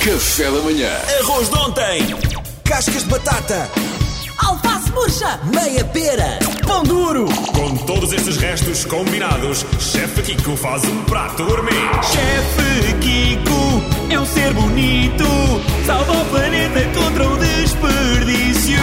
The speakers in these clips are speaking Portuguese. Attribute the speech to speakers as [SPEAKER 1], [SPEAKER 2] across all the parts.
[SPEAKER 1] Café da manhã.
[SPEAKER 2] Arroz de ontem!
[SPEAKER 3] Cascas de batata,
[SPEAKER 4] Alface murcha!
[SPEAKER 3] meia pera,
[SPEAKER 4] Pão duro!
[SPEAKER 2] Com todos estes restos combinados, Chefe Kiko faz um prato gourmet.
[SPEAKER 5] Chefe Kiko é um ser bonito, salva o planeta contra o desperdício.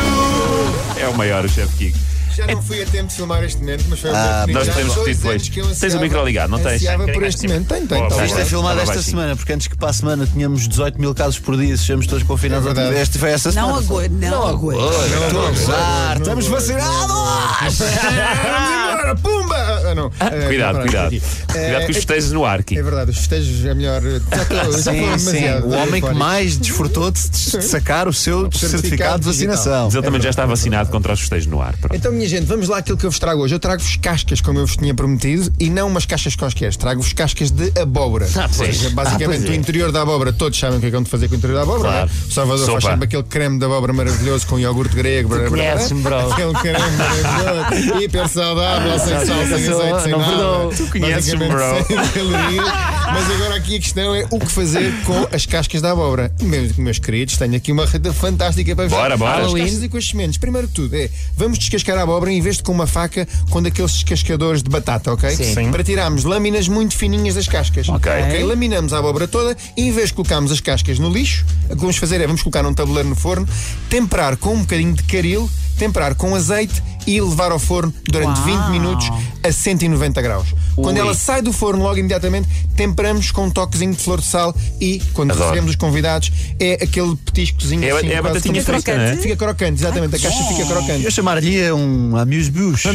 [SPEAKER 2] É o maior, o Chefe Kiko.
[SPEAKER 6] Já não fui a tempo de filmar este momento, mas foi um
[SPEAKER 3] Ah,
[SPEAKER 6] momento
[SPEAKER 2] Nós
[SPEAKER 6] já há
[SPEAKER 2] podemos
[SPEAKER 6] dois
[SPEAKER 2] repetir
[SPEAKER 6] anos
[SPEAKER 2] depois.
[SPEAKER 6] que eu
[SPEAKER 2] Tens o
[SPEAKER 6] ansiava-
[SPEAKER 2] micro ligado, não tens?
[SPEAKER 6] ansiava
[SPEAKER 2] Quem
[SPEAKER 6] por
[SPEAKER 2] é
[SPEAKER 6] este
[SPEAKER 2] que
[SPEAKER 6] momento,
[SPEAKER 2] tem?
[SPEAKER 6] tenho, tenho.
[SPEAKER 2] Boa,
[SPEAKER 6] tá
[SPEAKER 2] boa.
[SPEAKER 6] bem.
[SPEAKER 7] Isto é
[SPEAKER 2] Estava
[SPEAKER 7] filmado esta
[SPEAKER 2] baixinho.
[SPEAKER 7] semana, porque antes que para a semana tínhamos 18 mil casos por dia, sejamos todos confinados.
[SPEAKER 6] É
[SPEAKER 7] a
[SPEAKER 6] verdade.
[SPEAKER 7] Esta foi esta
[SPEAKER 4] Não
[SPEAKER 7] semana.
[SPEAKER 4] aguento, não aguento.
[SPEAKER 7] Estou a
[SPEAKER 6] Ah,
[SPEAKER 7] gozar, estamos vacinados!
[SPEAKER 6] Vamos embora, pumba! Ah, ah, não. Eh,
[SPEAKER 2] Cuidado,
[SPEAKER 6] não, para,
[SPEAKER 2] cuidado.
[SPEAKER 6] aqui.
[SPEAKER 2] Cuidado
[SPEAKER 6] Eh,
[SPEAKER 2] com os
[SPEAKER 6] é-
[SPEAKER 2] festejos no ar,
[SPEAKER 6] É
[SPEAKER 2] Kiko.
[SPEAKER 6] verdade, os festejos é melhor. eh, Já estou- já
[SPEAKER 7] Sim,
[SPEAKER 6] foram
[SPEAKER 7] sim,
[SPEAKER 6] demasiado.
[SPEAKER 7] o homem que
[SPEAKER 6] eufóricos.
[SPEAKER 7] mais desfrutou de, de sacar o seu certificado de
[SPEAKER 6] digital.
[SPEAKER 7] vacinação.
[SPEAKER 2] Mas ele também já está vacinado contra os festejos no ar. Pronto.
[SPEAKER 6] Então, minha gente, vamos lá àquilo que eu vos trago hoje. Eu trago-vos cascas, como eu vos tinha prometido, e não umas cascas quaisquer. Trago-vos cascas de abóbora.
[SPEAKER 2] Ah,
[SPEAKER 6] Ou
[SPEAKER 2] pois.
[SPEAKER 6] seja, basicamente,
[SPEAKER 7] Ah, pois é.
[SPEAKER 6] o interior da abóbora, todos sabem o que é que vão fazer com o interior da abóbora.
[SPEAKER 2] Claro.
[SPEAKER 6] não é? O Salvador faz
[SPEAKER 2] Sopa.
[SPEAKER 6] sempre aquele creme de abóbora maravilhoso com iogurte grego. Blá, blá, blá,
[SPEAKER 2] conheces-me, bro. Ah,
[SPEAKER 6] Aquele creme maravilhoso, hiper saudável, sem sal, sem
[SPEAKER 2] Não,
[SPEAKER 6] azeite, sem
[SPEAKER 2] não
[SPEAKER 6] nada.
[SPEAKER 2] perdoo. Tu conheces-me,
[SPEAKER 6] Basicamente,
[SPEAKER 2] bro.
[SPEAKER 6] sem calorias. Mas agora aqui a questão é o que fazer com as cascas da abóbora. Meus, meus queridos, tenho aqui uma receita fantástica para vos
[SPEAKER 2] Bora,
[SPEAKER 6] dar.
[SPEAKER 2] bora.
[SPEAKER 6] Com as
[SPEAKER 2] Halloween.
[SPEAKER 6] cascas e com as sementes. Primeiro de tudo é, vamos descascar a abóbora em vez de com uma faca, com daqueles descascadores de batata, ok?
[SPEAKER 2] Sim.
[SPEAKER 6] Para tirarmos lâminas muito fininhas das cascas.
[SPEAKER 2] Ok.
[SPEAKER 6] Ok, Laminamos a abóbora toda e em vez de colocarmos as cascas no lixo, o que vamos fazer é, vamos colocar num tabuleiro no forno, temperar com um bocadinho de caril, temperar com azeite e levar ao forno durante 20 minutos a 190 graus. Quando ela sai do forno, logo imediatamente, temperamos com um toquezinho de flor de sal e, quando
[SPEAKER 2] Adoro.
[SPEAKER 6] recebemos os convidados, é aquele petiscozinho
[SPEAKER 2] É,
[SPEAKER 6] assim,
[SPEAKER 2] é a
[SPEAKER 6] quase
[SPEAKER 2] batatinha
[SPEAKER 6] como-
[SPEAKER 2] frita, não é?
[SPEAKER 6] Fica crocante, exatamente. A caixa fica crocante.
[SPEAKER 7] Eu chamaria um amuse-bouche.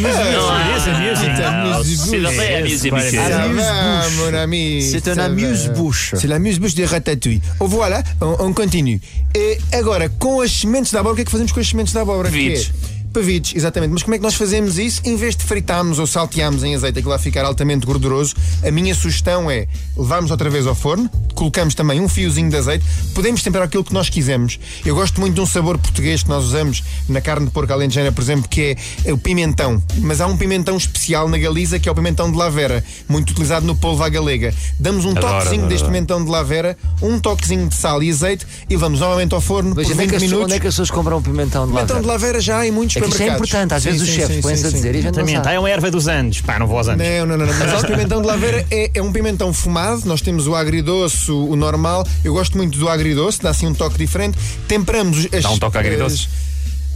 [SPEAKER 6] Ah, mon ami.
[SPEAKER 7] C'est
[SPEAKER 6] Ça
[SPEAKER 7] un
[SPEAKER 6] va.
[SPEAKER 7] amuse-bouche.
[SPEAKER 6] C'est l'amuse-bouche de Ratatouille. Oh, voilà, on, on continue. E agora, com as sementes da abóbora, o que é que fazemos com as sementes da abóbora?
[SPEAKER 2] Pavites.
[SPEAKER 6] Que é? Pavites, exatamente. Mas como é que nós fazemos isso? Em vez de fritarmos ou saltearmos em azeite, aquilo vai ficar altamente gorduroso, a minha sugestão é levarmos outra vez ao forno, colocamos também um fiozinho de azeite, podemos temperar aquilo que nós quisermos. Eu gosto muito de um sabor português que nós usamos na carne de porco alentejana, por exemplo, que é o pimentão. Mas há um pimentão especial na Galiza, que é o pimentão de Lavera, muito utilizado no polvo à galega. Damos um
[SPEAKER 2] Adoro,
[SPEAKER 6] toquezinho
[SPEAKER 2] adoro,
[SPEAKER 6] deste
[SPEAKER 2] adoro.
[SPEAKER 6] pimentão de Lavera, um toquezinho de sal e azeite e vamos novamente ao forno
[SPEAKER 8] Mas
[SPEAKER 6] por
[SPEAKER 8] onde é,
[SPEAKER 6] 20
[SPEAKER 8] que as,
[SPEAKER 6] minutos.
[SPEAKER 8] onde é que as pessoas compram pimentão de lá?
[SPEAKER 6] Pimentão de Lavera já há em muitos
[SPEAKER 8] É que isto é
[SPEAKER 6] supermercados.
[SPEAKER 8] importante, às
[SPEAKER 6] Sim,
[SPEAKER 8] vezes
[SPEAKER 6] sim,
[SPEAKER 8] os chefes
[SPEAKER 6] sim,
[SPEAKER 8] põem-se a
[SPEAKER 6] sim,
[SPEAKER 8] dizer
[SPEAKER 6] sim.
[SPEAKER 8] e a gente não
[SPEAKER 5] Exatamente,
[SPEAKER 8] sabe.
[SPEAKER 5] é uma erva dos anos. Pá, não vou aos anos.
[SPEAKER 6] Não, não, não, não. Mas o pimentão de Lavera é, é um pimentão fumado. Nós temos o agridoce, o, o normal. Eu gosto muito do agridoce, dá assim um toque diferente. Temperamos as.
[SPEAKER 2] Dá um toque agridoce?
[SPEAKER 6] as-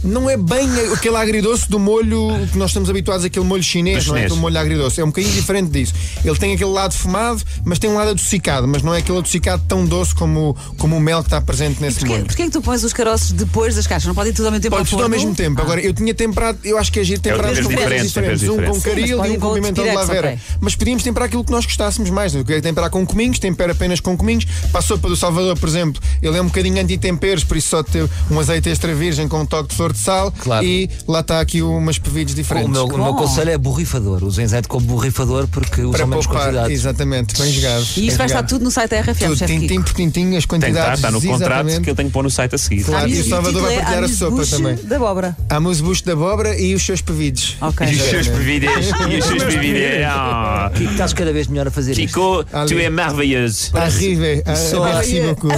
[SPEAKER 6] Não é bem aquele agridoce do molho que nós estamos habituados, aquele molho chinês,
[SPEAKER 2] Do
[SPEAKER 6] não é?
[SPEAKER 2] chinês.
[SPEAKER 6] Aquele molho agridoce. É um bocadinho diferente disso. Ele tem aquele lado fumado, mas tem um lado adocicado, mas não é aquele adocicado tão doce como, como o mel que está presente nesse
[SPEAKER 4] Porquê,
[SPEAKER 6] molho.
[SPEAKER 4] porquê é que tu pões os caroços depois das caixas? Não pode ir tudo ao mesmo tempo
[SPEAKER 6] Pode
[SPEAKER 4] ao
[SPEAKER 6] tudo ao
[SPEAKER 4] forno?
[SPEAKER 6] mesmo tempo. Agora, eu tinha temperado, eu acho que é giro temperar
[SPEAKER 2] temperos
[SPEAKER 6] com coisas
[SPEAKER 2] diferentes, temperos
[SPEAKER 6] diferentes. Um com
[SPEAKER 2] diferentes.
[SPEAKER 4] Sim,
[SPEAKER 6] caril e
[SPEAKER 4] mas põe
[SPEAKER 6] um
[SPEAKER 4] um
[SPEAKER 6] com pimentão de
[SPEAKER 4] outro
[SPEAKER 6] lavera.
[SPEAKER 4] direto,
[SPEAKER 6] Mas podíamos temperar aquilo que nós gostássemos mais. Eu queria temperar com cominhos, tempera apenas com cominhos. Para a sopa do Salvador, por exemplo, ele é um bocadinho anti-temperos, por isso só ter um azeite extra virgem com um toque de flor de sal.
[SPEAKER 8] Claro.
[SPEAKER 6] E lá está aqui umas pevidas
[SPEAKER 8] O
[SPEAKER 6] diferentes.
[SPEAKER 8] meu, o meu conselho é borrifador. Usem azeite como borrifador porque
[SPEAKER 6] para
[SPEAKER 8] usam menos
[SPEAKER 6] poupar,
[SPEAKER 8] quantidade.
[SPEAKER 6] exatamente, bem jogado.
[SPEAKER 4] E isto
[SPEAKER 6] Bem
[SPEAKER 4] vai estar
[SPEAKER 6] jogado.
[SPEAKER 4] tudo no site da RFM,
[SPEAKER 6] Tudo,
[SPEAKER 4] chefe
[SPEAKER 6] tintim
[SPEAKER 4] Kiko.
[SPEAKER 6] por tintim, as
[SPEAKER 2] Tem que estar,
[SPEAKER 6] quantidades.
[SPEAKER 2] está no contrato
[SPEAKER 6] exatamente.
[SPEAKER 2] que eu tenho que pôr no site a seguir.
[SPEAKER 6] Claro,
[SPEAKER 4] Há
[SPEAKER 6] e o
[SPEAKER 4] mil-
[SPEAKER 6] Salvador
[SPEAKER 4] título
[SPEAKER 6] vai
[SPEAKER 4] é
[SPEAKER 6] partilhar a
[SPEAKER 4] Amis
[SPEAKER 6] sopa
[SPEAKER 4] Bush
[SPEAKER 6] também.
[SPEAKER 4] Da abóbora.
[SPEAKER 6] Há musbucho da abóbora e os seus pevidos.
[SPEAKER 4] Ok.
[SPEAKER 2] E os seus bebidas, e os seus bebidas. Ah,
[SPEAKER 8] Kiko, estás cada vez melhor a fazer isto.
[SPEAKER 2] Kiko, tu
[SPEAKER 6] Ali.
[SPEAKER 2] é maravilhoso.
[SPEAKER 6] Arrive. Ah,
[SPEAKER 7] Só-
[SPEAKER 6] merci beaucoup.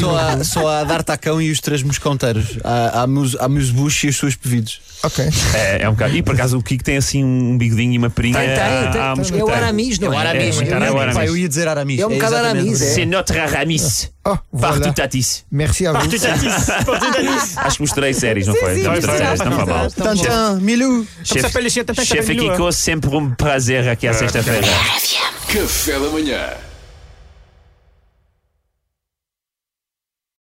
[SPEAKER 7] Só
[SPEAKER 6] beaucoup.
[SPEAKER 7] há, só há a dar tacão e os três mosconteiros. Há, há amuse- amuse-bouche e os seus pedidos.
[SPEAKER 6] Ok.
[SPEAKER 2] É, é um bocado. E por acaso o Kiko tem assim um bigodinho e uma perinha.
[SPEAKER 8] Tem, tem,
[SPEAKER 2] à-
[SPEAKER 8] tem,
[SPEAKER 2] à
[SPEAKER 8] tem.
[SPEAKER 2] mosquiteira.
[SPEAKER 8] É o aramis, não é?
[SPEAKER 2] É o aramis,
[SPEAKER 8] É,
[SPEAKER 2] muito
[SPEAKER 8] é,
[SPEAKER 2] bem,
[SPEAKER 8] é,
[SPEAKER 2] o
[SPEAKER 7] Pá, eu
[SPEAKER 2] aramis.
[SPEAKER 7] ia dizer aramis.
[SPEAKER 8] É um bocado
[SPEAKER 7] exatamente
[SPEAKER 8] aramis,
[SPEAKER 7] o que
[SPEAKER 8] é.
[SPEAKER 2] C'est notre aramis.
[SPEAKER 6] Oh, voilà.
[SPEAKER 2] Partout tatis.
[SPEAKER 6] Merci à vous.
[SPEAKER 2] Acho que mostrei séries, não foi? Não, mostrei séries, não foi mal.
[SPEAKER 7] Então,
[SPEAKER 2] Então,
[SPEAKER 7] Tantan, Milu.
[SPEAKER 2] Chefe- Chefe Kiko, sempre um prazer aqui à sexta-feira.
[SPEAKER 1] Café da manhã.